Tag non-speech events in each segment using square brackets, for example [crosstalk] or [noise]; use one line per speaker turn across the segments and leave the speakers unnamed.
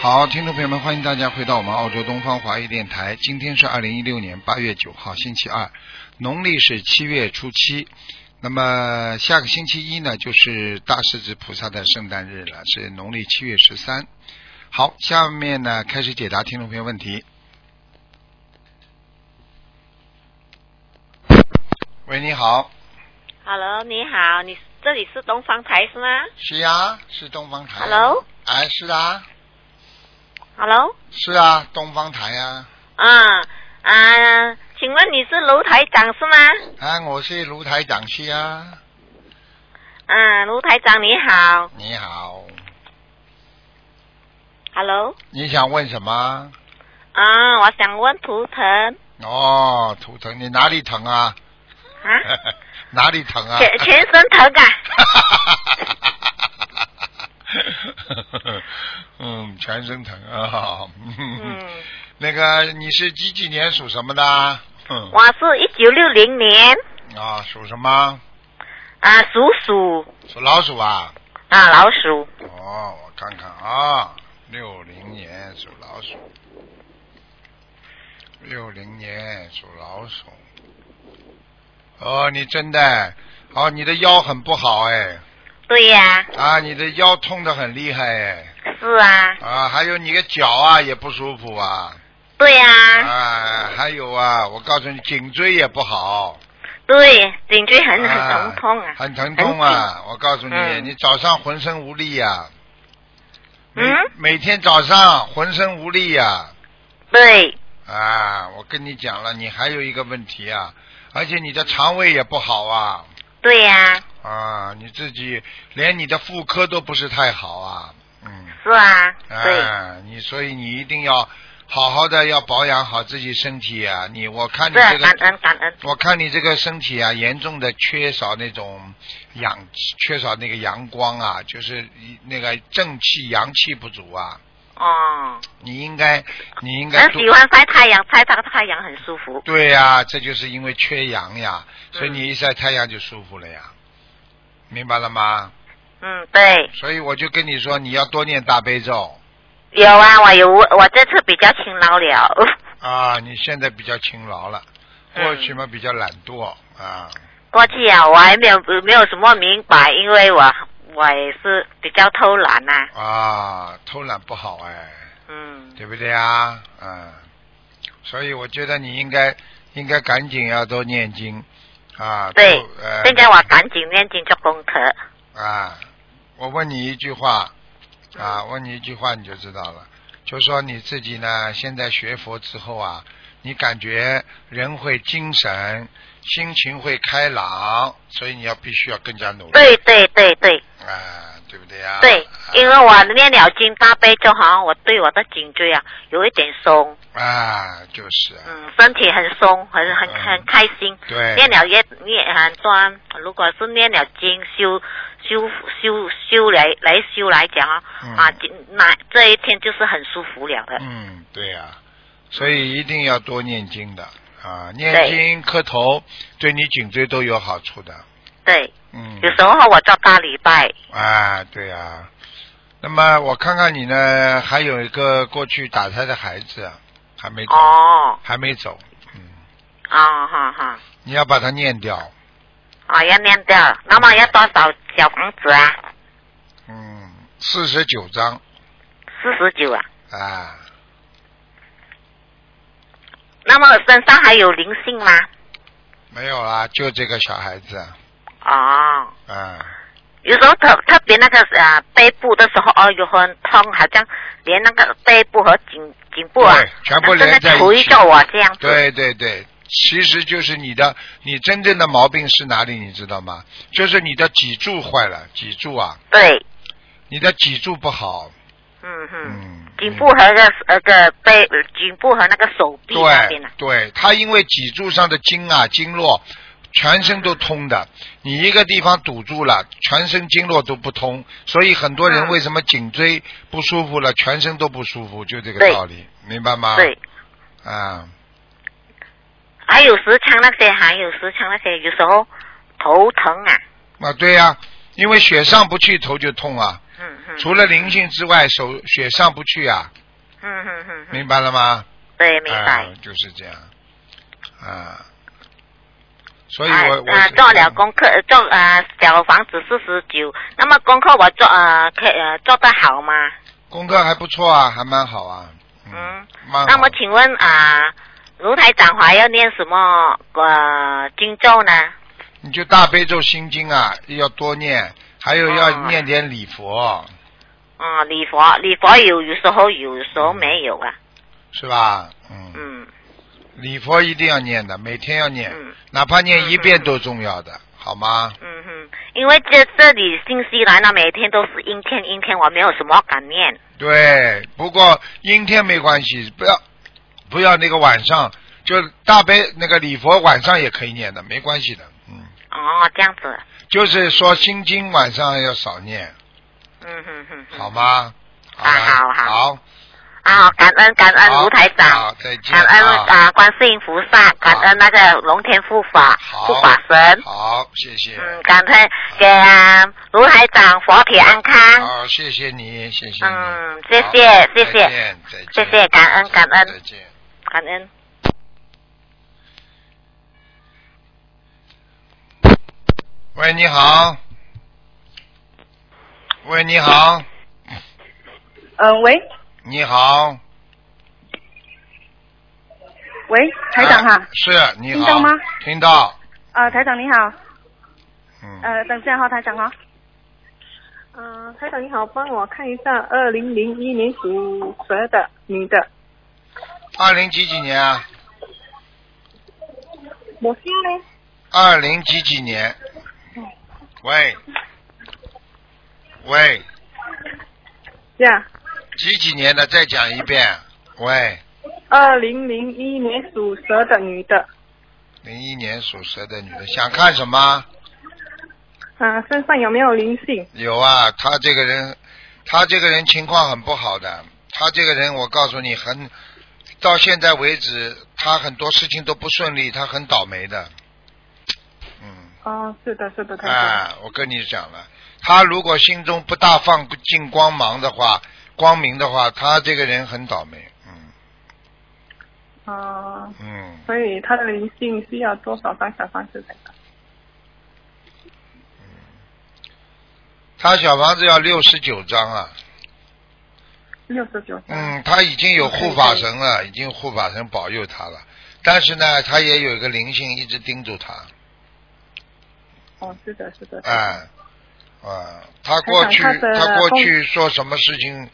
好，听众朋友们，欢迎大家回到我们澳洲东方华语电台。今天是二零一六年八月九号，星期二，农历是七月初七。那么下个星期一呢，就是大势至菩萨的圣诞日了，是农历七月十三。好，下面呢开始解答听众朋友问题。喂，你好，
Hello，你好，你这里是东方台是吗
是呀，是东方台。
？Hello，Hello
哎，是啊，是啊，东方台呀、
啊啊，请问你是卢台长是吗？
啊，我是卢台长是啊，
啊，卢台长你好
你好，
，Hello，
你想问什么？
啊，我想问图腾
哦，图腾，你哪里疼啊？
啊，
[laughs] 哪里疼啊？
全全身疼啊，
[laughs] 嗯，全身疼啊。
嗯，
[laughs] 那个你是几几年属什么的啊？嗯
我是一九六零年
啊，属什么？
啊，属鼠
属老鼠啊？
啊，老鼠，
哦，我看看啊，六零年属老鼠，六零年属老鼠。哦，你真的，哦，你的腰很不好哎，
对呀、
啊，你的腰痛得很厉害哎，
是啊，
啊，还有你的脚啊也不舒服啊，
对呀、
啊，还有啊，我告诉你，颈椎也不好，
对，颈椎很很
啊
疼痛啊，
很疼痛啊！我告诉你，
嗯
你早上浑身无力呀、每
嗯
每天早上浑身无力呀、
对，
啊，我跟你讲了，你还有一个问题啊，而且你的肠胃也不好啊，
对呀、
啊，你自己连你的妇科都不是太好啊，嗯，
是啊，对。
啊，你所以你一定要好好的要保养好自己身体啊，你我看你
是啊
这个
感恩感恩，
我看你这个身体啊，严重的缺少那种氧，缺少那个阳光啊，就是一那个正气、阳气不足啊。
哦，
你应该，你应该
很
多
喜欢晒太阳，晒大太阳很舒服。
对呀、这就是因为缺阳呀，所以
嗯
你一晒太阳就舒服了呀，明白了吗？
嗯，对，
所以我就跟你说，你要多念大悲咒
有啊，我有，我这次比较勤劳了。 [laughs]
啊。你现在比较勤劳了，
嗯
过去嘛比较懒惰啊。
过去啊，我还没有没有什么明白，因为我我也是比较偷懒呐、
啊，偷懒不好哎，
嗯，
对不对啊？嗯，所以我觉得你应该应该赶紧要多念经啊。
对
多呃，
现在我赶紧念经做功课。
啊，我问你一句话啊，问你一句话你就知道了，就说你自己呢，现在学佛之后啊，你感觉人会精神，心情会开朗，所以你要必须要更加努力
对对对对
啊，对不对嗯啊？
对，因为我念了经大悲咒哈，我对我的颈椎啊有一点松，
啊，就是啊，
嗯，身体很松，很很
嗯
很开心。
对，
念了也念很多，如果是念了经修修修修来来修来讲啊，
嗯
啊，那这一天就是很舒服了 [laughs] 的。
嗯，对呀、所以一定要多念经的啊，念
对
经磕头对你颈椎都有好处的。
对，
嗯，
有时候我做大礼拜，
啊，对呀、那么我看看你呢，还有一个过去打胎的孩子啊还没走，
哦，
还没走，嗯，
啊哈哈，
你要把它念掉，
啊要念掉，那么要多少小房子啊？
嗯，四十九章
四十九啊。
啊，
那么身上还有灵性吗？
没有啦，就这个小孩子
哦，
啊，
有时候特特别那个啊背部的时候，哦哟很痛，好像连那个背部和颈颈部啊
对，全部连在一起
捶着我这 [laughs] 样子。
对对对，其实就是你的，你真正的毛病是哪里，你知道吗？就是你的脊柱坏了，脊柱啊，
对，
你的脊柱不好，
嗯哼，
嗯，
颈部和那个那个背，呃颈部和那个手臂那边啊呢
对、对，它因为脊柱上的经啊经络，全身都通的。你一个地方堵住了，全身经络都不通，所以很多人
嗯
为什么颈椎不舒服了，全身都不舒服，就这个
对
道理，明白吗？
对，
啊，
还有时常那些，还有时常那些，有时候头疼啊，
啊对呀、因为血上不去头就痛啊，
嗯哼，
除了灵性之外，手血上不去啊，
嗯哼哼哼，
明白了吗？
对，明
啊
白。
就是这样，啊，所以
啊
我我
啊，做了功课，呃做啊小房子四十九，那么功课我做啊可以呃做得好吗？
功课还不错啊，还蛮好啊，嗯
嗯，
蛮
那
好
么请问啊，卢台长还要念什么呃经咒呢？
你就大悲咒心经啊，要多念，还有要
哦
念点礼佛，
啊、礼佛，礼佛有，有时候有，有时候没有啊。
是吧？嗯，
嗯
礼佛一定要念的，每天要念，
嗯
哪怕念一
嗯
遍
嗯嗯
都重要的，好吗？
嗯哼，因为这这里信息来了，每天都是阴天阴天，我没有什么感念。
对，不过阴天没关系，不要不要那个晚上，就大悲那个礼佛晚上也可以念的，没关系的，嗯，
哦，这样子。
就是说心经晚上要少念，
嗯哼哼哼。
好？吗？好
啊
吧
好
好，
啊，感恩感恩
好
卢台长，
好，再见
感恩
啊，
啊观世音菩萨，感恩那个龙天护法
好
护法神。
好，谢谢，
嗯，感恩给啊卢台长佛体安康。
好，谢谢你，谢谢你，
嗯，谢
好
谢谢
再
谢
见，再见，
谢谢，呃感恩感
再
恩
见。
感恩。
喂，你好，喂，你好，
嗯，喂
你好，
喂，台长哈
哎，是，你好。
听到吗？
听到。
啊、台长你好，
嗯。
呃，等一下哈，台长哈，
嗯，台长你好，帮我看一下二零零一年属蛇的女的，
二零几几年啊？
我姓呢？
二零几几年？喂，喂，
呀，
几几年的？再讲一遍。喂，
二零零一年属蛇的女的，
零一年属蛇的女的，想看什么？
啊，身上有没有灵性？
有啊，她这个人，她这个人情况很不好的。她这个人，我告诉你，很到现在为止，她很多事情都不顺利，她很倒霉的。嗯。
哦，是的，是的，台长。
啊，我跟你讲了，他如果心中不大放进光芒的话，光明的话，他这个人很倒霉。嗯
啊，
嗯，
所以她的灵性需要多少张小房子才能？
他小房子要六十九张啊。
六十九。
嗯，他已经有护法神了，已经有护法神保佑他了。但是呢，他也有一个灵性一直盯住他。
哦，是的，是的。
哎、啊，他过去
他的
他过
工
去说什么事情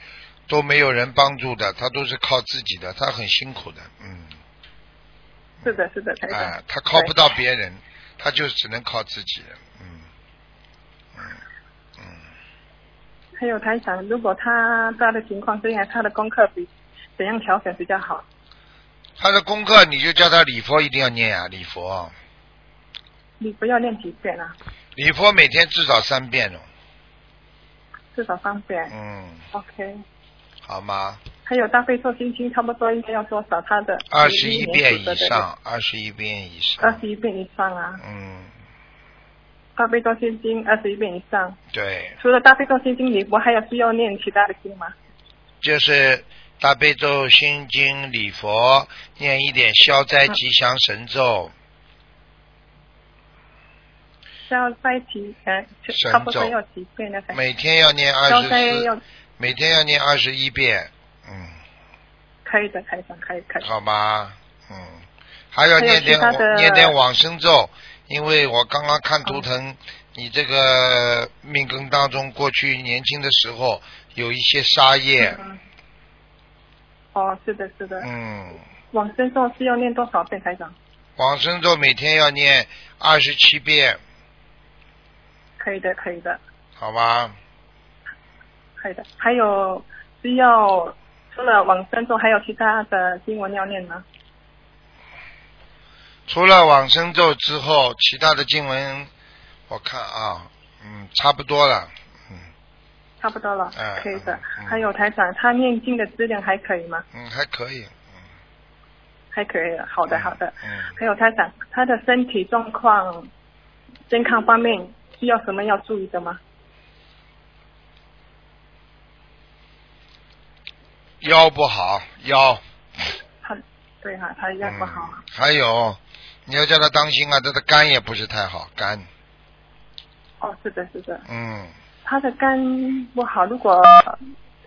都没有人帮助的，他都是靠自己的，他很辛苦的。嗯。
是的，是 [laughs] 的，台长。
啊，他靠不到别人，他就只能靠自己。嗯，嗯，
还有台长，如果她她的情况这样，她的功课比怎样调整比较好？
嗯，他的功课你就叫他礼佛一定要念啊，礼佛，
你不要练几遍啊，
礼佛每天至少三遍哦。
至少三遍。
嗯，
OK。
好吗？
还有大悲咒心经，差不多应该要多少？他的
二十一遍
年
以
组的
上，二十一遍以
这个，
上
二。十一遍以上啊！
嗯，
大悲咒心经二十一遍以上，
对，
除了大悲咒心经，你不还有需要念其他的经吗？
就是大悲咒、心经、礼佛，念一点消灾
嗯
吉祥神咒。
消灾几呃，就
神咒
差不多要几遍呢？才
每天要念二
消
十
灾
四，
要
每天要念二十一遍。嗯。
可以的，台长可以可
[laughs]
以。
好吧，嗯，还要
还有
念点
其他的哦
往念点往生咒，因为我刚刚看图腾，你这个命根当中过去年轻的时候有一些杀业，
嗯哦，是的，是的。
嗯，
往生咒是要念多少遍，台长？
往生咒每天要念二十七遍，
可以的，可以的，
好吧？
可以的。还有需要除了往生咒，还有其他的经文要念吗？
除了往生咒之后，其他的经文我看啊，嗯，差不多了，
差不多了，
嗯
可以的。
嗯
还有台长，他念经的质量还可以吗？
嗯，还可以，
还可以了，好的好的。
嗯，
还有台长，他的身体状况、健康方面需要什么要注意的吗？
腰不好，腰
他对哈、他腰不好啊
嗯，还有你要叫他当心啊，他的肝也不是太好，肝，
哦，是的，是的，
嗯，
他的肝不好，如果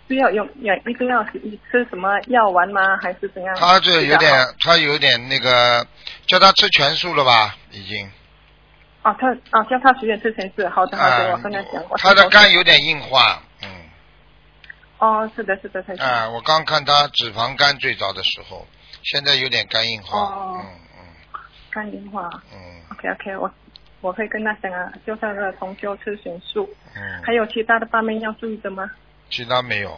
需要用也一定要吃什么药丸吗？还是怎样？
他这有
比较
点，他有点那个，叫他吃全素了吧，已经，
好哦，他哦，叫他许愿之前是好的，好的，
啊
嗯我跟他讲过。
他的肝有点硬化，嗯，
哦，是的，是的，才是。
啊，我刚看他脂肪肝最早的时候，现在有点肝硬化，
哦
嗯嗯
肝硬化。
嗯
OK OK，我我会跟他讲啊，就在那个同修吃全素，
嗯，
还有其他的方面要注意的吗
其他没有，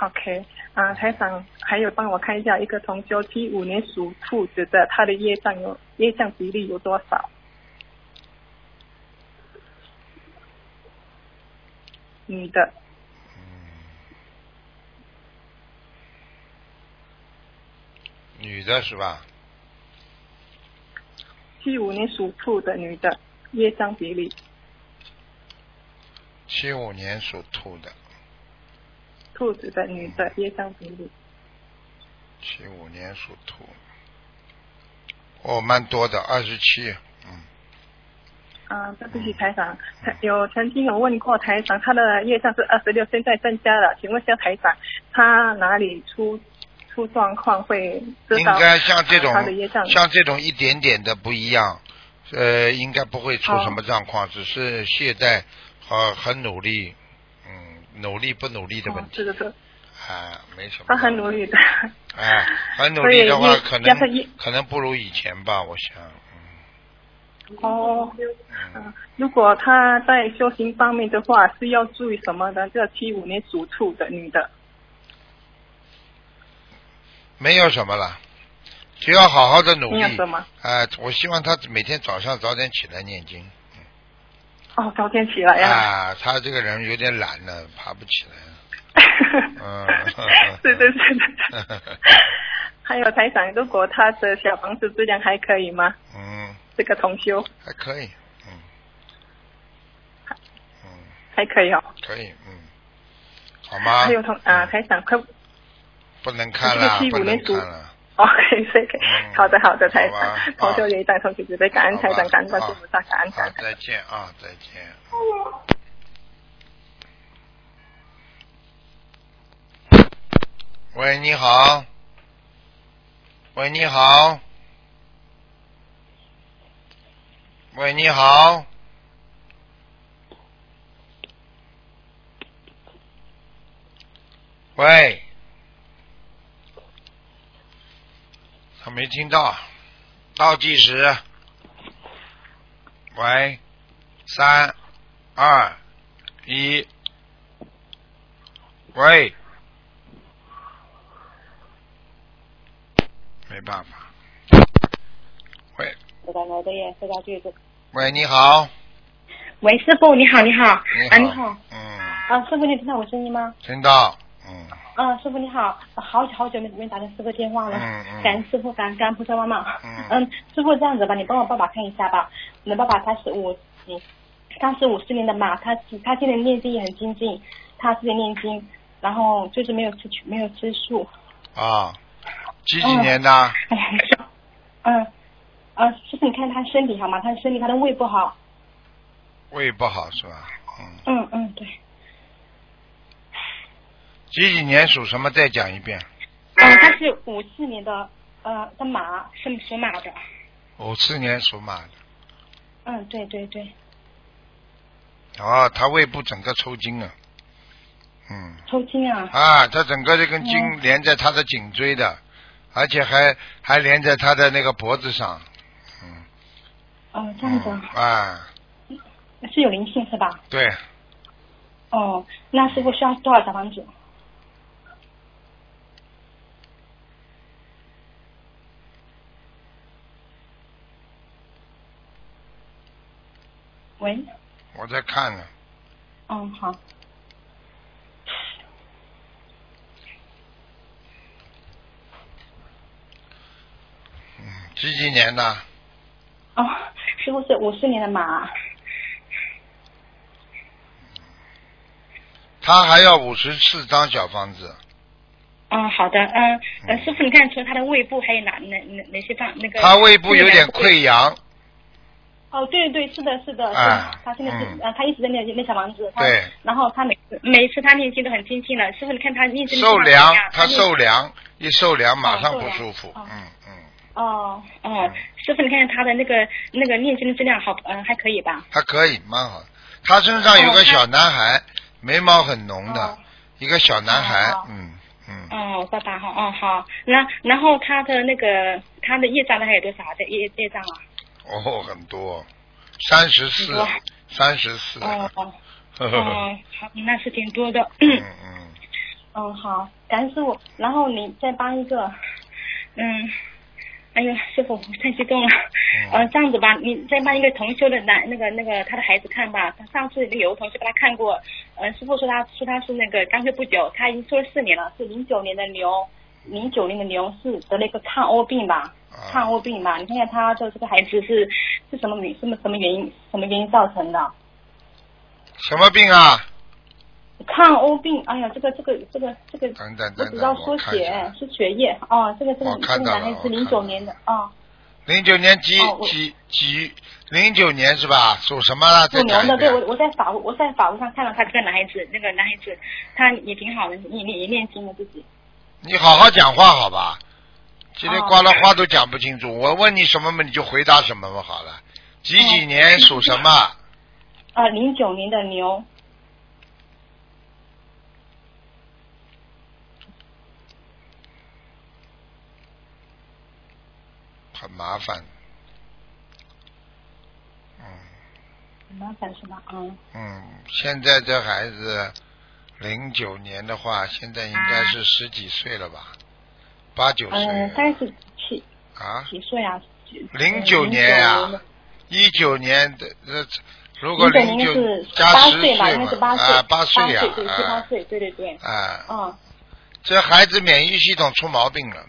？OK，啊、台长，还有帮我看一下一个同修七五年属兔子的，他的业障有业障比例有多少？女的，
嗯女的是吧？
七五年属兔的女的，业障比例，
七五年属兔的，
兔子的女的业障比例，
七五年属兔，哦，蛮多的，二十七，嗯，
啊，对不起，台长，台有曾经有问过台长，他的业障是二十六，现在增加了，请问一下台长，他哪里出出状况会知
应
道？
该像这种
他的业障
像这种一点点的不一样，呃，应该不会出什么状况，只是懈怠和很努力，嗯，努力不努力的问
哦，
题，
是的，是的，
啊，没什么。
他很努力，的，
哎，很努力的话，
所以
可
要是
能
一
可能不如以前吧，我想，
哦，
嗯，
嗯如果他在修行方面的话，是要注意什么呢？这七五年属兔的女的，
没有什么了，只要好好的努
没
力
有，什么？
啊，我希望他每天早上早点起来念经。
哦，早点起来呀、
啊，他这个人有点懒了，爬不起来。
[laughs]
嗯
是的，是的。
[laughs] 了。
还有台长，如果他的小房子质量还可以吗？
嗯，
这个同修
还可以，嗯，嗯，
还可以哦。
可以，嗯，好吗？嗯
还有同啊，台长可
不能看了，
这个
不
七五
能
年
看
属
了，
OK 哦可以可以
嗯，
好的好的，台
好吧
长，同修也一代同学准备感恩台
好吧
长，感恩观世菩萨，感恩
好
感，恩。
再见啊，再见。喂，你好。喂，你好。喂，你好。喂，他没听到，倒计时。喂，三、二、一。喂，没办法。喂，
我的我的也是在剧组。
喂，你好，
喂，师傅，你好，你好，
你好，
啊，你好，
嗯，
啊，师傅，你听到我声音吗？
听到，嗯，
啊，师傅你好，好久好久没没打通师傅电话了，
嗯嗯
感恩师傅，感恩感恩菩萨妈妈。
嗯
师傅这样子吧，你帮我爸爸看一下吧，我的爸爸他是五，嗯，他是五四年的马，他他现在念经也很精进，他是在念经，然后就是没有吃没有吃素，
啊，几几年的？
哎呀，你说，嗯，啊，师傅你看他身体好吗？他身体他的胃不好，
胃不好是吧？嗯，
嗯嗯，对。
几几年属什么？再讲一遍。
嗯，他是五四年的，呃，的马，是属马的。
五四年属马的，
嗯，对对对，
哦，他胃部整个抽筋了，嗯。
抽筋啊。
啊，他整个这根
嗯
筋连在他的颈椎的，而且还还连在他的那个脖子上。嗯，
哦，这样子
嗯
啊
啊，
是有灵性是吧？
对，
哦，那师傅需要多少小房子？喂，
我在看呢。
嗯，好。
嗯，几几年的？
哦，师傅是五四年的马，
他还要五十四张小房子。
嗯，好的，嗯，呃，师傅，你看除了他的胃部，还有哪哪哪哪些方那个？
他胃部有点溃疡，
哦，对对，是的，是的，是的
啊
他现在是
嗯
呃，他一直在念那小房子，他
对，
然后他每次每次他念经都很精进了，师傅，你看他念
受
经的情况怎么
凉
样，嗯
他受凉，一受凉马上
受
不
凉
舒服，
哦
嗯嗯，
哦哦，师傅，你看看他的那个那个念经的质量好，嗯、还可以吧？
还可以，蛮好。他身上有个
哦他
小男孩，眉毛很浓的
哦，
一个小男孩
哦，
嗯嗯，
哦，爸爸好，哦好，那然后他的那个他的业障呢还有多少啊？这业业障啊？
哦，很多，三十四啊
多，
三十四，
哦哦，
[laughs] 呵呵呵
哦，好，那是挺多的。
嗯嗯，
嗯，好，感恩师傅。然后你再帮一个，嗯，哎呦，师傅我太激动了。
嗯
[laughs] 呃，这样子吧，你再帮一个同修的男那个那个他的孩子看吧。他上次有个同学帮他看过，呃，师傅说他说他是那个刚学不久，他已经做了四年了，是零九年的牛，零九年的牛是得了一个抗欧病吧，
啊
抗欧病吧。你看看他的这个孩子是是什么原什么什么原因什么原因造成的？
什么病啊？
抗欧病，哎呀，这个这个这个这个，
等等
我
等
只知道
等，
缩
我看一
写
下，
是血液哦，这个这
我
个
看
这个
到
男
了
孩
我
是零九
看
年
到
的
了
哦，
零九年几
哦我
几几零九年是吧？属什么了？
属
再
牛
讲一
的，对我
遍。
我在法我在法务上看到他这个男孩子，那个男孩子他也挺好的，也也也念经了自己。
你好好讲话好吧？今天
哦
挂了话都讲不清楚，我问你什么嘛，你就回答什么嘛好了。几几
哦
年属什
[laughs]
么？
啊，零九年的牛，
很麻烦。
麻烦是吧？嗯，
嗯，现在这孩子零九年的话，现在应该是十几岁了吧？八九岁
嗯，三十七
啊？
几岁啊？
09年啊
09
一九年的呃，如果
09
零
年
九
是
加十
八岁吧，应该是
岁
八岁，
啊，八
八
岁呀
对，七八
啊
岁，对对对，
啊，
嗯。
这孩子免疫系统出毛病了，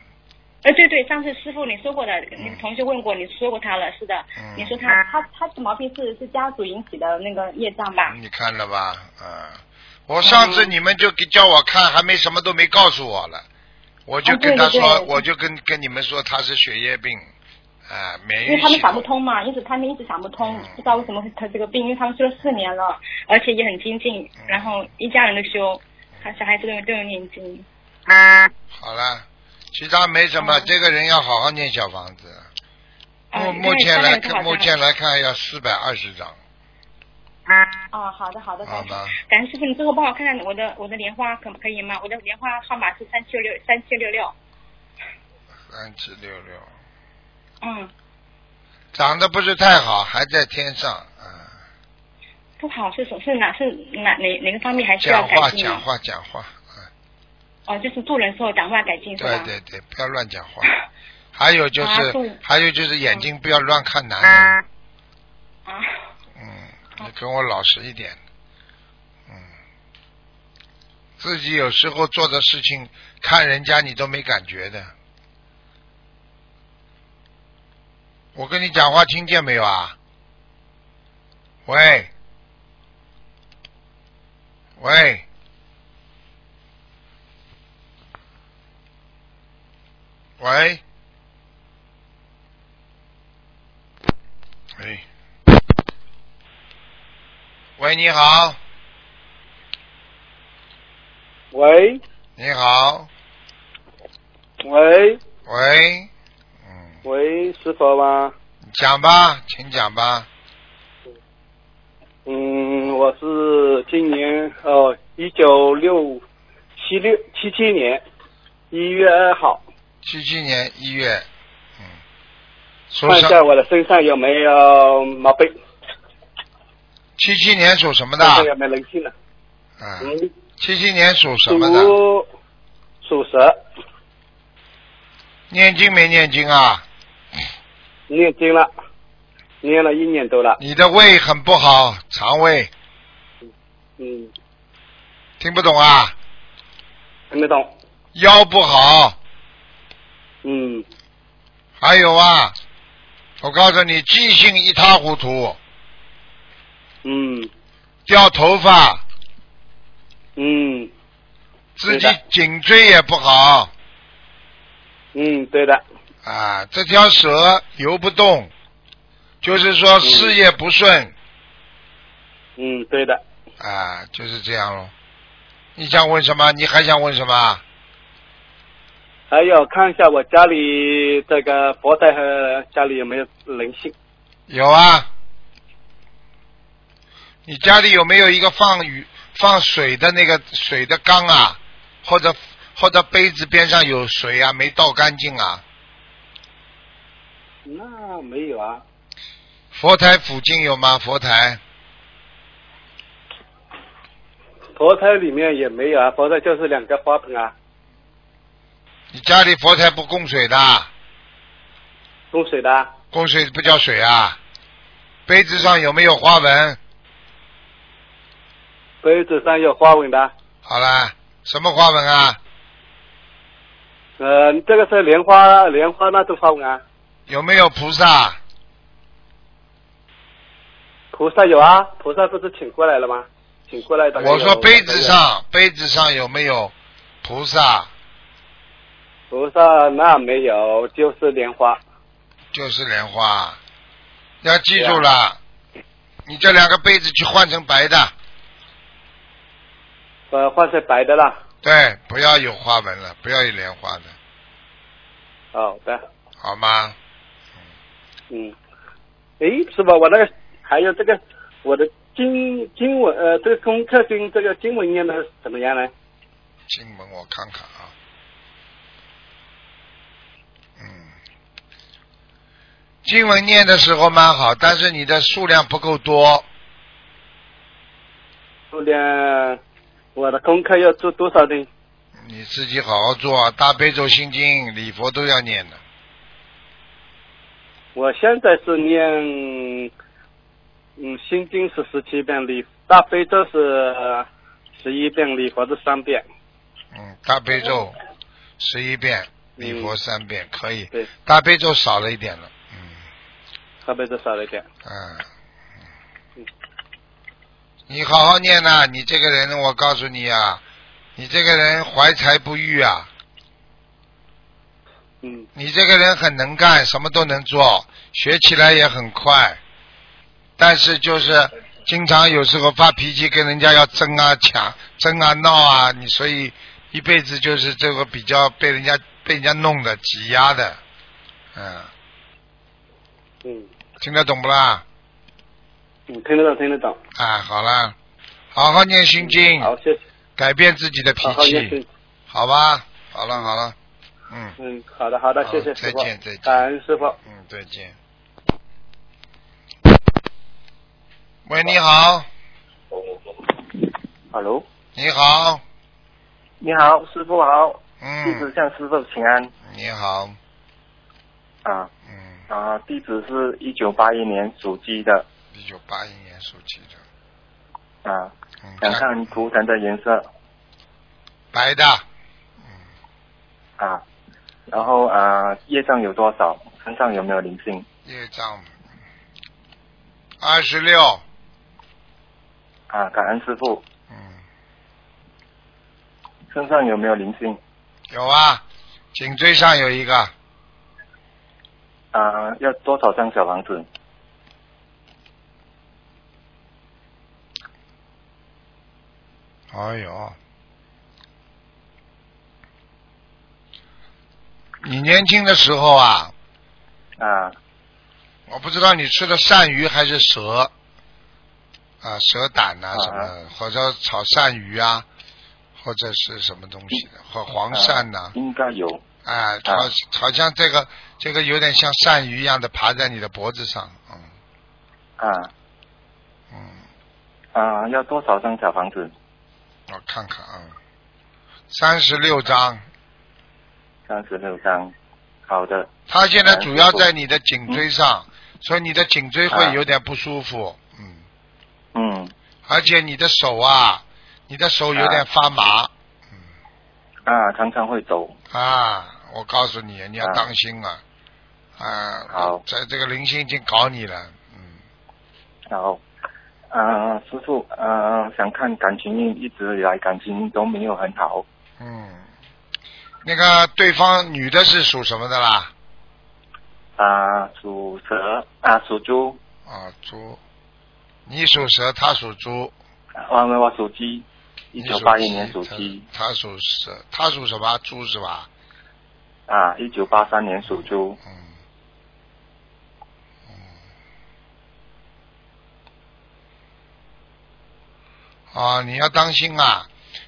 哎，对对，上次师傅你说过的，那个同学问过，你说过他了，是的。
嗯
你说他他他的毛病是是家族引起的那个业障吧？
你看了吧？啊，我上次你们就给叫我看，还没什么都没告诉我了，我就
哦
跟他
对对
说，
对
我就跟跟你们说他是血液病，啊，免
因为
疫
他们
系
想不
统。
通嘛，一直他们一直想不通，
嗯
不知道为什么会得这个病，因为他们修了四年了，而且也很精进，
嗯
然后一家人都修，他小孩子都有都有念经。
啊
好了，其他没什么，
嗯
这个人要好好念小房子。目
嗯
目前来
看看
看，
有多
目
少张
前来看要四百二十张，
啊
哦，好的好的，
好
感谢
吗？
感恩师傅，你最后帮我看看我的我的莲花可不可以吗？我的莲花号码是三七六三七六六，
三七六六，
嗯，
长得不是太好，还在天上啊、
不好是什是哪是哪哪哪个方面还需要
讲
改
话，
进呢
讲话，讲话，啊、
哦，就是做人时候讲话改进是
对
吧？
对对，不要乱讲话。还有就是，
啊对
还有就是眼睛不要乱看男人。
啊，
嗯，
好
你跟我老实一点。嗯，自己有时候做的事情，看人家你都没感觉的。我跟你讲话听见没有啊？喂，喂，喂，哎，喂，你好，
喂
你好，
喂
喂，嗯，
喂，师傅吗？
讲吧，请讲吧，
嗯，我是今年哦，一九六七六七七年一月二号，
七七年一月，嗯，属
看一下
什？
我的身上有没有毛病，
七七年属什么
身上有
的？
没有灵性了？
啊，
嗯，
七七年属什么的？
属属蛇，
念经没念经啊？
念经了，念了一年多了。
你的胃很不好，肠胃
嗯，
听不懂啊，
听得懂。
腰不好，
嗯，
还有啊，我告诉你，记性一塌糊涂，
嗯
掉头发，
嗯
自己
对的
颈椎也不好
嗯，对的，
啊，这条蛇游不动，就是说事业不顺
嗯，对的，
啊，就是这样咯。你想问什么？你还想问什么？
还有看一下我家里这个佛台和家里有没有灵性？
有啊。你家里有没有一个放雨、放水的那个水的缸啊？或者或者杯子边上有水啊，没倒干净啊？
那没有啊，
佛台附近有吗？佛台
佛台里面也没有啊，佛台就是两个花盆啊，
你家里佛台不供水的啊，
供水的啊、
供水不叫水啊。杯子上有没有花纹？
杯子上有花纹的啊，
好啦，什么花纹啊？
呃，这个是莲花莲花那种花纹啊，
有没有菩萨？
菩萨有啊，菩萨不是请过来了吗？请过来的。
我说杯子上，杯子上有没有菩萨？
菩萨那没有，就是莲花。
就是莲花，要记住了，你这两个杯子去换成白的，
呃，换成白的啦。
对，不要有花纹了，不要有莲花的，
好的，
好吗？
嗯。诶，师傅，我那个还有这个我的经经文呃，这个功课经这个经文念的怎么样呢？
经文我看看啊，嗯，经文念的时候蛮好，但是你的数量不够多，
后面我的功课要做多少呢？
你自己好好做，啊大悲咒心经、礼佛都要念的，
我现在是念嗯心经是十七遍，礼大悲咒是十一遍，礼佛是三遍。
嗯，大悲
哦
咒十一遍，礼佛三遍，可以，
嗯对，
大悲咒少了一点了，嗯。
大悲咒少了一点。
嗯
嗯，
你好好念呐、你这个人，我告诉你啊，你这个人怀才不遇啊，
嗯
你这个人很能干，什么都能做，学起来也很快，但是就是经常有时候发脾气，跟人家要争啊、抢、争啊、闹啊，你所以一辈子就是这个比较被人家被人家弄的、挤压的，嗯，
嗯
听得懂不啦？
嗯，听得懂听得懂。
啊，好啦，好好念心经。
嗯好，谢谢。
改变自己的脾
好好念
气
经，。
好吧？好了好了，嗯
嗯，好的好的，
好
谢谢
再
师傅，
见再见
感恩师傅。
嗯，再见。喂，你好，
Hello，
你好，
你好，师傅好，弟子
嗯，
向师傅请安
你好，
啊
嗯，
啊，弟子是一九八一年属鸡的
一九八一年属鸡的，
啊，
嗯，
想看图腾的颜色
白的，嗯
啊，然后啊，业障有多少？身上有没有灵性？
业障嗯二十六，
啊，感恩师傅，
嗯，
身上有没有灵性？
有啊，颈椎上有一个，
啊，要多少张小房子？
哎呦，你年轻的时候啊，
啊
我不知道你吃的鳝鱼还是蛇啊，蛇胆呐、
啊
什么，或者炒鳝鱼啊，或者是什么东西
嗯
的，或黄鳝呐、
应该有
啊，好、好像这个这个有点像鳝鱼一样的爬在你的脖子上，嗯
啊
嗯，
啊，要多少张小房子？
我看看啊，三十六
嗯
章，
三十六张，好的，
它现在
哎
主要
师傅
在你的颈椎上，所以你的颈椎会
嗯啊
有点不舒服，嗯，
嗯
而且你的手啊，你的手有点
啊
发麻。
啊，常常会走
啊，我告诉你，你要
啊
当心啊！啊，
好
在这个灵性已经搞你了，嗯，
好，呃，师傅，呃，想看感情运，一直以来感情运都没有很好，
嗯，那个对方女的是属什么的啦？
啊，属蛇啊，属猪，
啊，猪。你属蛇，他属猪。
啊，我我属鸡，
你
一九
属
八一年
鸡
属
他
鸡
他属蛇，他属什么？猪是吧？
啊，一九八三年属猪
嗯。嗯。啊，你要当心啊！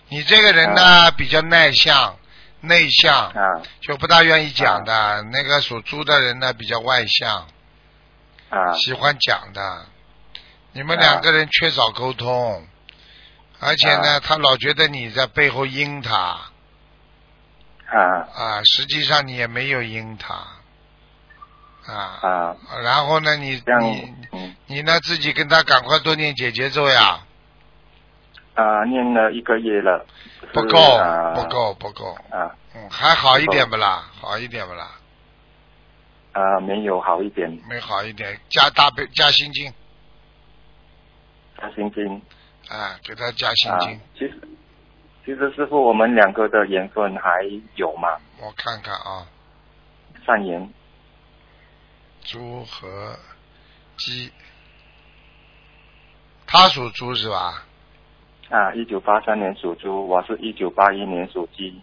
你这个人呢，比较内向，内向
啊
就不大愿意讲的。那个属猪的人呢，比较外向，
啊
喜欢讲的。你们
啊
两个人缺少沟通，而且呢，他老觉得你在背后阴他
啊
啊，实际上你也没有阴他啊。
啊，
然后呢，你
这样
你
嗯
你呢自己跟他赶快多念解结咒呀，
啊，念了一个月了，就是
不够
啊
不够不够，
啊
嗯，还好一
不够
点不啦？好一点不啦？
啊，没有好一点，
没好一点，加大悲加心经
他心经
啊，给他加心
啊
经，，
其实其实师傅我们两个的缘分还有嘛，
我看看啊，
善缘
猪和鸡，他属猪是吧？
啊，一九八三年属猪，我是一九八一年属鸡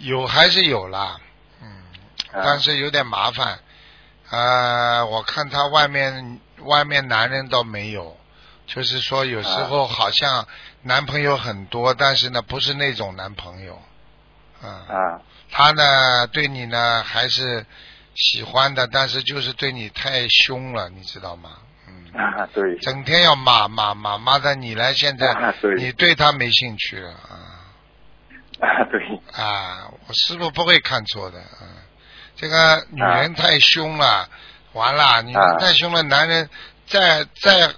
有还是有啦，嗯，
啊
但是有点麻烦。呃，我看他外面外面男人倒没有，就是说有时候
啊
好像男朋友很多，但是呢不是那种男朋友，嗯，
啊 [laughs]
他呢对你呢还是喜欢的，但是就是对你太凶了，你知道吗？嗯，
啊，对
整天要骂骂骂骂的你呢，现在、
啊对
你对他没兴趣了啊。
[laughs] 啊对
啊，我师傅不会看错的。嗯，这个女人太凶了，完了，女人
啊
太凶了，男人再再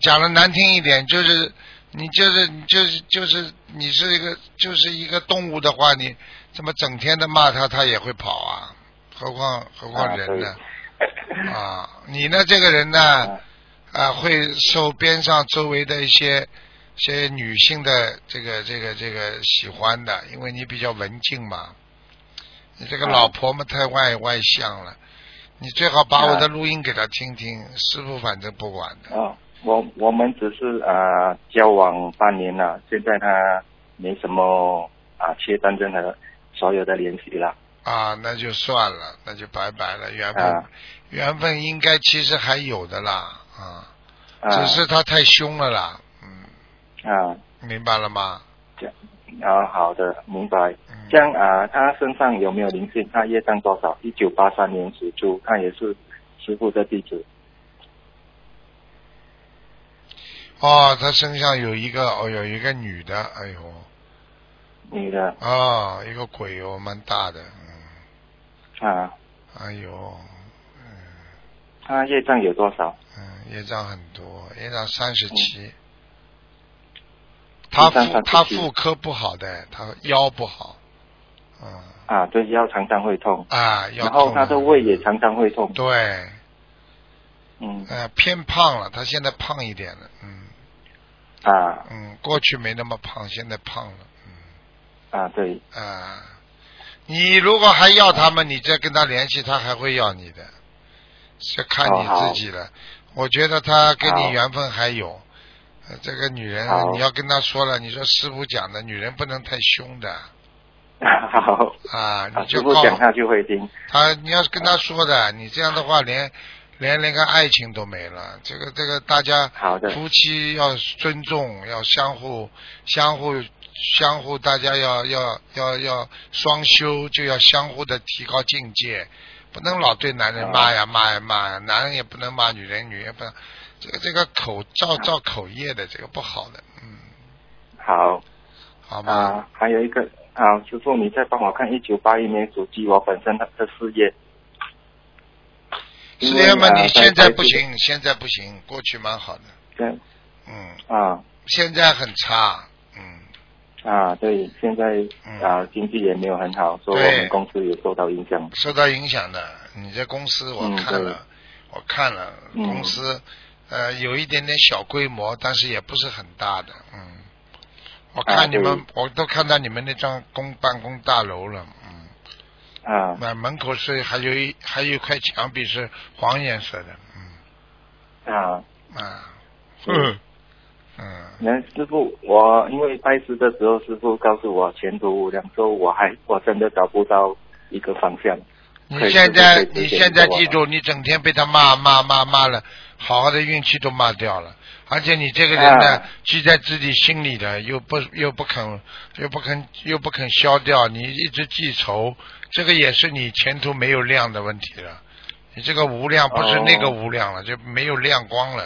讲的难听一点，就是你就是你就是就是你是一个就是一个动物的话，你怎么整天的骂他，他也会跑啊？何况何况
啊
人
对 [laughs]
呢？啊，你呢？这个人呢
啊？
啊，会受边上周围的一些一些女性的这个这个这个喜欢的，因为你比较文静嘛。你这个
啊
老婆嘛，太外外向了。你最好把我的
啊
录音给她听听，师傅反正不管的。
哦，我我们只是啊、交往半年了，现在他没什么啊切断任何所有的联系了
啊，那就算了，那就拜拜了，缘分、
啊
缘分应该其实还有的啦，啊，
啊
只是他太凶了啦，嗯，
啊
明白了吗？
啊好的明白。
嗯
这样啊，他身上有没有灵性？他业障多少？一九八三年属猪，他也是师傅的弟子
哦，他身上有一个哦，有一个女的，哎呦，
女的
啊、一个鬼哦，蛮大的，嗯，
啊，
哎呦，
他业障有多少？
嗯，业障很多，业障三十
嗯
七，他
业障
妇他
37
妇科不好的，他腰不好，嗯
啊，对腰常常会痛，
啊，腰
然后
痛
他的
了
胃也常常会痛，
对，
嗯
呃，偏胖了，他现在胖一点了，嗯
啊
嗯，过去没那么胖，现在胖了，
啊对 [laughs]
嗯啊，你如果还要他们，你再跟他联系，他还会要你的，是看
哦
你
好
自己了。我觉得他跟你
好
缘分还有，呃这个女人
好
你要跟他说了，你说师傅讲的，女人不能太凶的
好，
啊，
啊
你
师
就
傅
告
讲他就会听，
他，你要是跟他说的，你这样的话连连连个爱情都没了。这个这个大家。
好的
夫妻要尊重，要相互相互相互，大家要要要要双修，就要相互的提高境界，不能老对男人骂呀骂呀骂呀，男人也不能骂女人，女人也不能，这个这个口造造口业的，这个不好的，嗯，
好
好吗？
啊，还有一个啊，师傅你再帮我看一九八一年属鸡，我本身他的事业，
师爷们，
因为
你
啊
现在不，
在
行，现在不行，过去蛮好的，
在在
嗯，
啊
现在很差，嗯，
啊，对，现在
嗯
啊经济也没有很好，所以
对
我们公司也受到影响。
受到影响的。你这公司我
嗯
看
对
了，我看了，
嗯
公司呃有一点点小规模，但是也不是很大的，嗯。我
啊
看你们，
对
我都看到你们那张公办公大楼了，嗯，
啊
那门口是还有一还有一块墙壁是黄颜色的，嗯
啊，
啊，嗯
嗯
嗯，
那师傅，我因为拜师的时候，师傅告诉我前途无量，说我还我真的找不到一个方向。可
你
以
现在
可以可以
你
可以
现在
可以
记住，你整天被他骂骂骂骂了，好好的运气都骂掉了。而且你这个人呢
啊，
记在自己心里的，又不又不肯又不肯又不肯消掉，你一直记仇，这个也是你前途没有亮的问题了。你这个无量不是
哦
那个无量了，就没有亮光了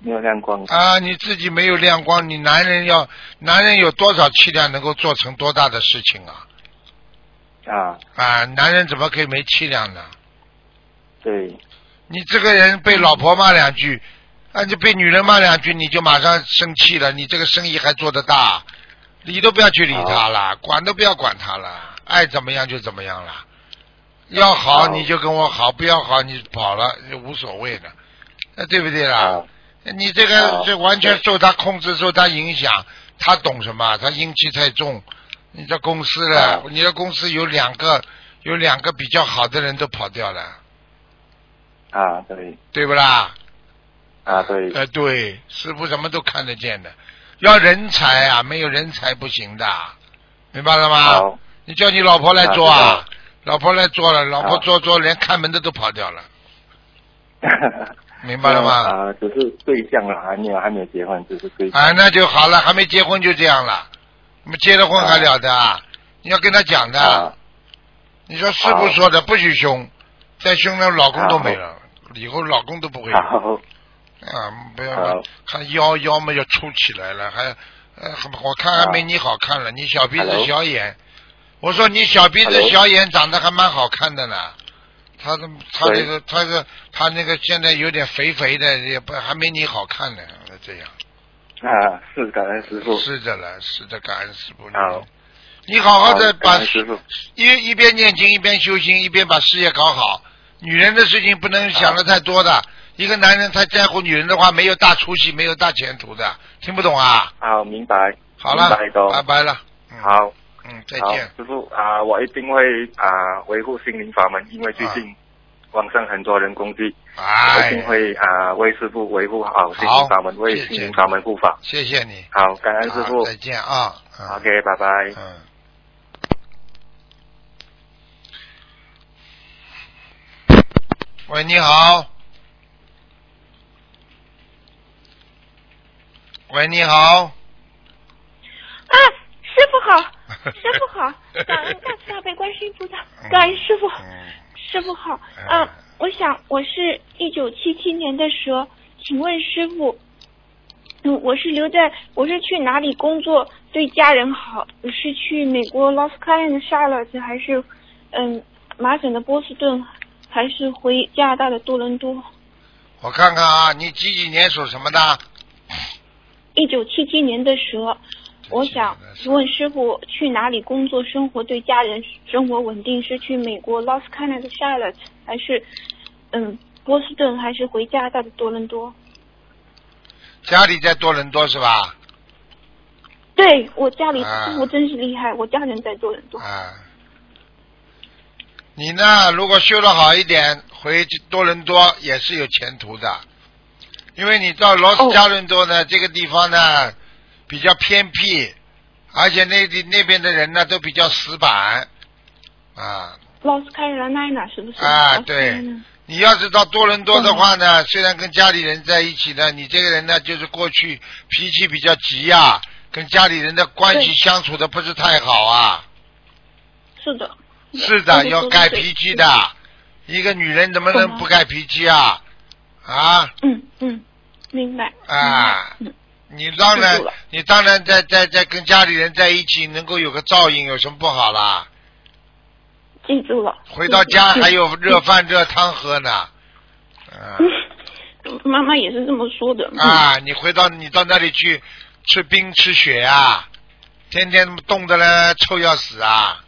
没有亮光
啊！你自己没有亮光，你男人要男人有多少气量能够做成多大的事情啊？
啊，
啊，男人怎么可以没气量呢？
对，
你这个人被老婆骂两句，啊，就被女人骂两句，你就马上生气了，你这个生意还做得大，理都不要去理他了，管都不要管他了，爱怎么样就怎么样了。要好
好
你就跟我好，不要好你跑了也无所谓的，那对不对啦
啊？
你这个
好
这完全受他控制，受他影响，他懂什么？他阴气太重。你这公司了
好，
你的公司有两个有两个比较好的人都跑掉了，
啊对
对不啦？
啊对
呃，对，师傅什么都看得见的，要人才啊，没有人才不行的，明白了吗？
好
你叫你老婆来做啊
啊，
老婆来做了，老婆
好
做做连看门的都跑掉了， [laughs] 明白了
[laughs]
吗？
啊，只是对象了，还没有还没有结婚，只是对象。
啊，那就好了，还没结婚就这样了，那么结了婚还了得啊？你要跟他讲的
啊，
你说师傅
好
说的不许凶，再凶了老公都没了，以后老公都不会有。
好
啊，不要
好
了，还腰腰嘛要凸起来了，还呃，我看还没你好看了，你小鼻子
Hello？
小眼，我说你小鼻子
Hello？
小眼长得还蛮好看的呢，他的他
对
那个他的他那个现在有点肥肥的，也不还没你好看呢，这样
啊，是感恩师傅。
是的了，是的，感恩师傅，
好
你好好的
感
哦把
恩师傅。
一一边念经一边修心，一边把事业搞好。女人的事情不能想的太多的，一个男人太在乎女人的话，没有大出息，没有大前途的。听不懂啊？
好，明白。
好了
明白，懂
拜拜了。嗯，
好，
嗯，再
好，
见。
师傅啊、我一定会啊、维护心灵法门，因为最近网上很多人攻击，我
啊
一
哎
定，会啊、为师傅维护好心
好
灵法门，为
谢谢
心灵法门护法。
谢谢你，
好，感恩师傅
好。再见啊。嗯
OK，拜拜。
嗯。喂，你好。喂，你好。
啊，师傅好，师傅
[laughs]
好，感恩大慈大悲观世音菩萨，感恩师傅，
嗯，
师傅好。嗯、我想我是一九七七年的蛇，请问师傅，嗯，我是留在我是去哪里工作对家人好？是去美国 Los c a l a n 沙勒还是嗯麻省的波士顿，还是回加拿大的多伦多？
我看看啊，你几几年属什么的？
一九七七年的
哦
蛇，我想问师傅，去哪里工作生活对家人生活稳定？是去美国 Los c a n a d a Charlotte，还是嗯波士顿，还是回加拿大的多伦多？
家里在多伦多是吧？
对我家里
啊
师傅真是厉害，我家人在多伦多。
啊。你呢？如果修得好一点，回多伦多也是有前途的，因为你到罗斯
哦
加伦多呢、这个地方呢比较偏僻，而且那地那边的人呢都比较死板啊。
Los Carolina 是不是？
啊
Los
对
Carolina
你要是到多伦多的话
嗯
呢，虽然跟家里人在一起呢，你这个人呢，就是过去脾气比较急呀、跟家里人的关系
对
相处的不是太好啊。
是的。
是
他
的，
就
要
说
改
对
脾气的。一个女人怎么
懂
能
了
不改脾气啊？啊，
嗯嗯，明白。
啊
明白嗯
你当
记
然
住了，
你当然在在在跟家里人在一起，能够有个照应，有什么不好啦？
记住了。
回到家哎
嗯
还有热饭热汤喝呢。啊
嗯妈妈也是这么说的。嗯
啊，你回到你到那里去吃冰吃雪啊，天天冻得嘞臭要死啊，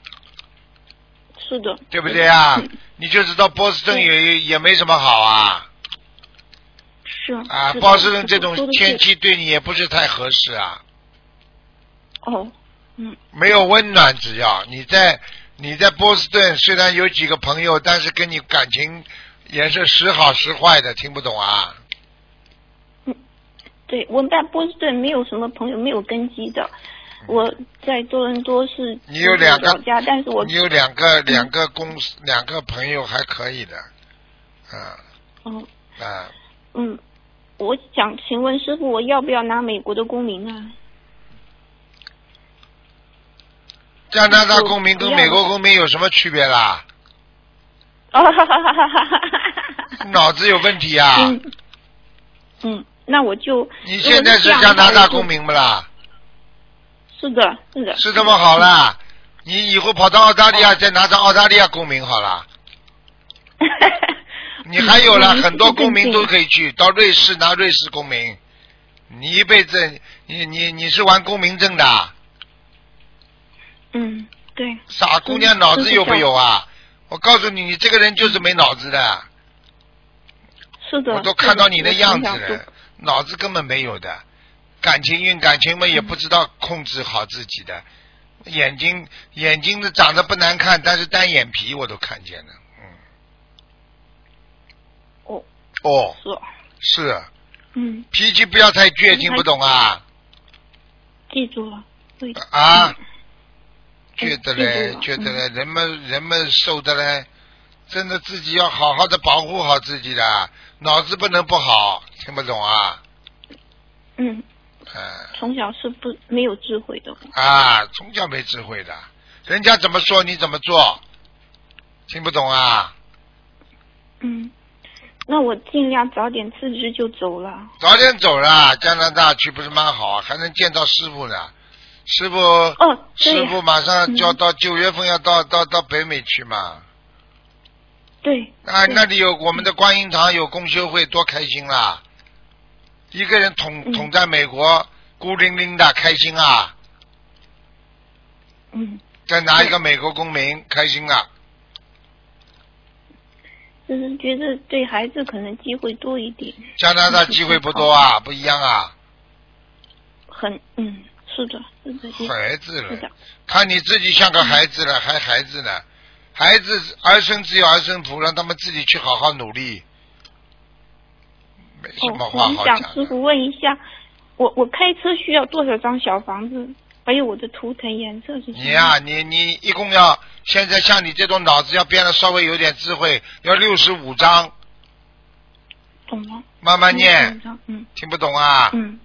是的，嗯
对不对
[laughs]
啊？你就知道波士顿也也没什么好啊
是
啊
是！的
波士顿这种
说的是
天气对你也不是太合适啊。
哦，
没有温暖，只要你在你在波士顿，虽然有几个朋友，但是跟你感情也是时好时坏的，听不懂啊？
对，我在波士顿没有什么朋友，没有根基的。我在多伦多是
嗯你有两个
老家，但是我
你有两个两个公司两个朋友还可以的，啊
嗯
啊，
嗯，我想请问师傅，我要不要拿美国的公民啊？
加拿大公民跟美国公民有什么区别啦？啊
哦，哈哈哈哈哈哈！
脑子有问题啊！
[laughs] 嗯嗯，那我就
你现在是加拿大公？民不啦？
如果这样的话我就是的，是的，
是这么好啦？你以后跑到澳大利亚再拿张澳大利亚公民好啦。
[laughs]
你还有
嗯
了很多公民都可以去到瑞士拿瑞士公民，你一辈子你你你是玩公民证的啊，
嗯，对，
傻姑娘脑子有没有啊？我告诉你，你这个人就是没脑子的，
是的。
我都看到你
的
的样子
我想
了，脑子根本没有的，感情运感情嘛也不知道控制好自己的，眼睛眼睛的长得不难看，但是单眼皮我都看见了，嗯
哦。
哦，
说，
是啊
嗯，
脾气不要太倔，听不懂啊？
记住了，对，
啊
嗯，
觉得
对
嘞
对，
觉得
嗯
嘞，人们人们受的嘞，真的自己要好好的保护好自己的，脑子不能不好，听不懂啊？
嗯，
嗯
从小是不没有智慧的，
啊，从小没智慧的，人家怎么说你怎么做，听不懂啊？
嗯，那我尽量早点辞职就走了。
早点走啦，加拿大去不是蛮好，啊还能见到师傅呢。师傅，
哦，对
师傅马上就要
嗯
到九月份要到到到北美去嘛。
对，
啊，
对
那里有我们的观音堂，有公修会，多开心啦！一个人
嗯
统统在美国，孤零零的，开心啊！
嗯，
再拿一个美国公民，开心啊！
就是觉得对孩子可能机会多一点，
加拿大机会不多啊，
嗯
不一样啊，
很，嗯，是的，是的，是的
孩子
是的
了，看你自己像个孩子
嗯
了，还孩子呢，孩子儿孙自有儿孙福，让他们自己去好好努力，没什么
哦，
话
我
好
想
讲
师
的。
傅问一下，我我开车需要多少张小房子？还有我的图腾颜色是什么？
你呀、你你一共要现在像你这种脑子要变得稍微有点智慧，要六十五章。
懂了。
慢慢念，
嗯。嗯
听不懂啊？
嗯。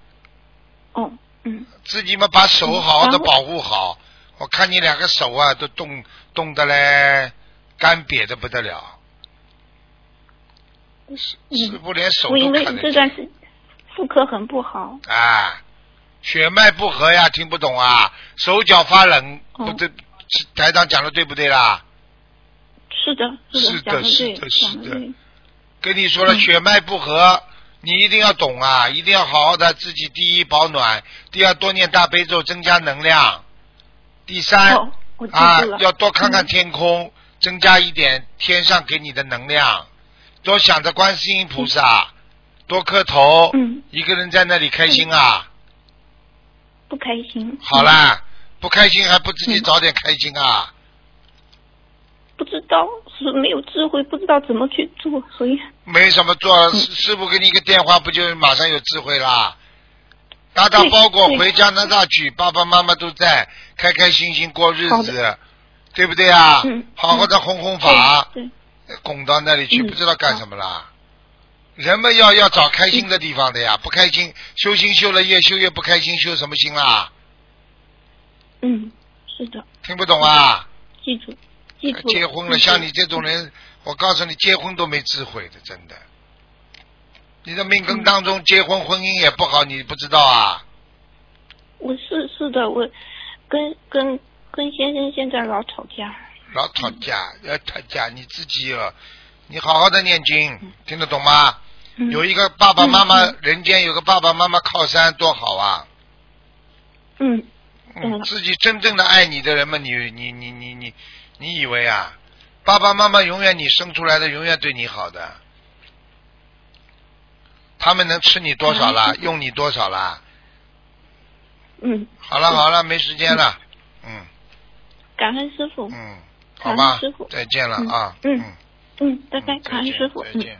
哦，嗯，
自己嘛把手好好的
嗯
保护好。我看你两个手啊都冻冻得嘞，干瘪的不得了。师傅连手
我因
都
为
看
这
得
段
见。
时妇科很不好，
啊，血脉不和呀，听不懂啊，手脚发冷，
哦
不对，台长讲的对不对啦？
是的，
是
是
的
讲得
是
对，
的是
讲得
的
对，
跟你说了，
嗯
血脉不和，你一定要懂啊，一定要好好的自己第一保暖，第二多念大悲咒增加能量，第三、
哦，我记
啊
住了，，嗯
要多看看天空，增加一点天上给你的能量，多想着观世音菩萨，多磕头，
嗯，
一个人在那里开心啊，
不开心。
好
嗯，
啦，不开心还不自己
嗯
早点开心啊，
不知道是没有智慧，不知道怎么去做，所以
没什么
嗯
做，师师傅给你一个电话，不就马上有智慧啦？打打
对
包裹
对
回加拿大去，爸爸妈妈都在，开开心心过日
好
子，对不对啊？
嗯
好好啊的弘弘法，
对，对
拱到那里去，
嗯
不知道干什么啦。人们要要找开心的地方的呀，不开心修心修了越修越不开心，修什么心啦？
嗯，是的，
听不懂
嗯
啊？
记住，记住。
结婚了，
嗯
像你这种人，我告诉你，结婚都没智慧的，真的。你的命根当中，结婚婚姻也不好，你不知道啊？
我是是的，我跟跟跟先生现在老吵架。
老吵架，要吵架，你自己哦，你好好的念经，听得懂吗？
嗯、
有一个爸爸妈妈
嗯，
人间有个爸爸妈妈靠山，多好啊！
嗯，
嗯，自己真正的爱你的人嘛，你你你你你，你以为啊？爸爸妈妈永远你生出来的永远对你好的，他们能吃你多少啦？用你多少啦？
嗯，
好了好了，没时间了，嗯
感恩师傅，
嗯，好
感
吧
恩师傅，
再见了啊，
嗯
嗯
嗯，拜
拜
拜，感恩师傅，
再
嗯。
见。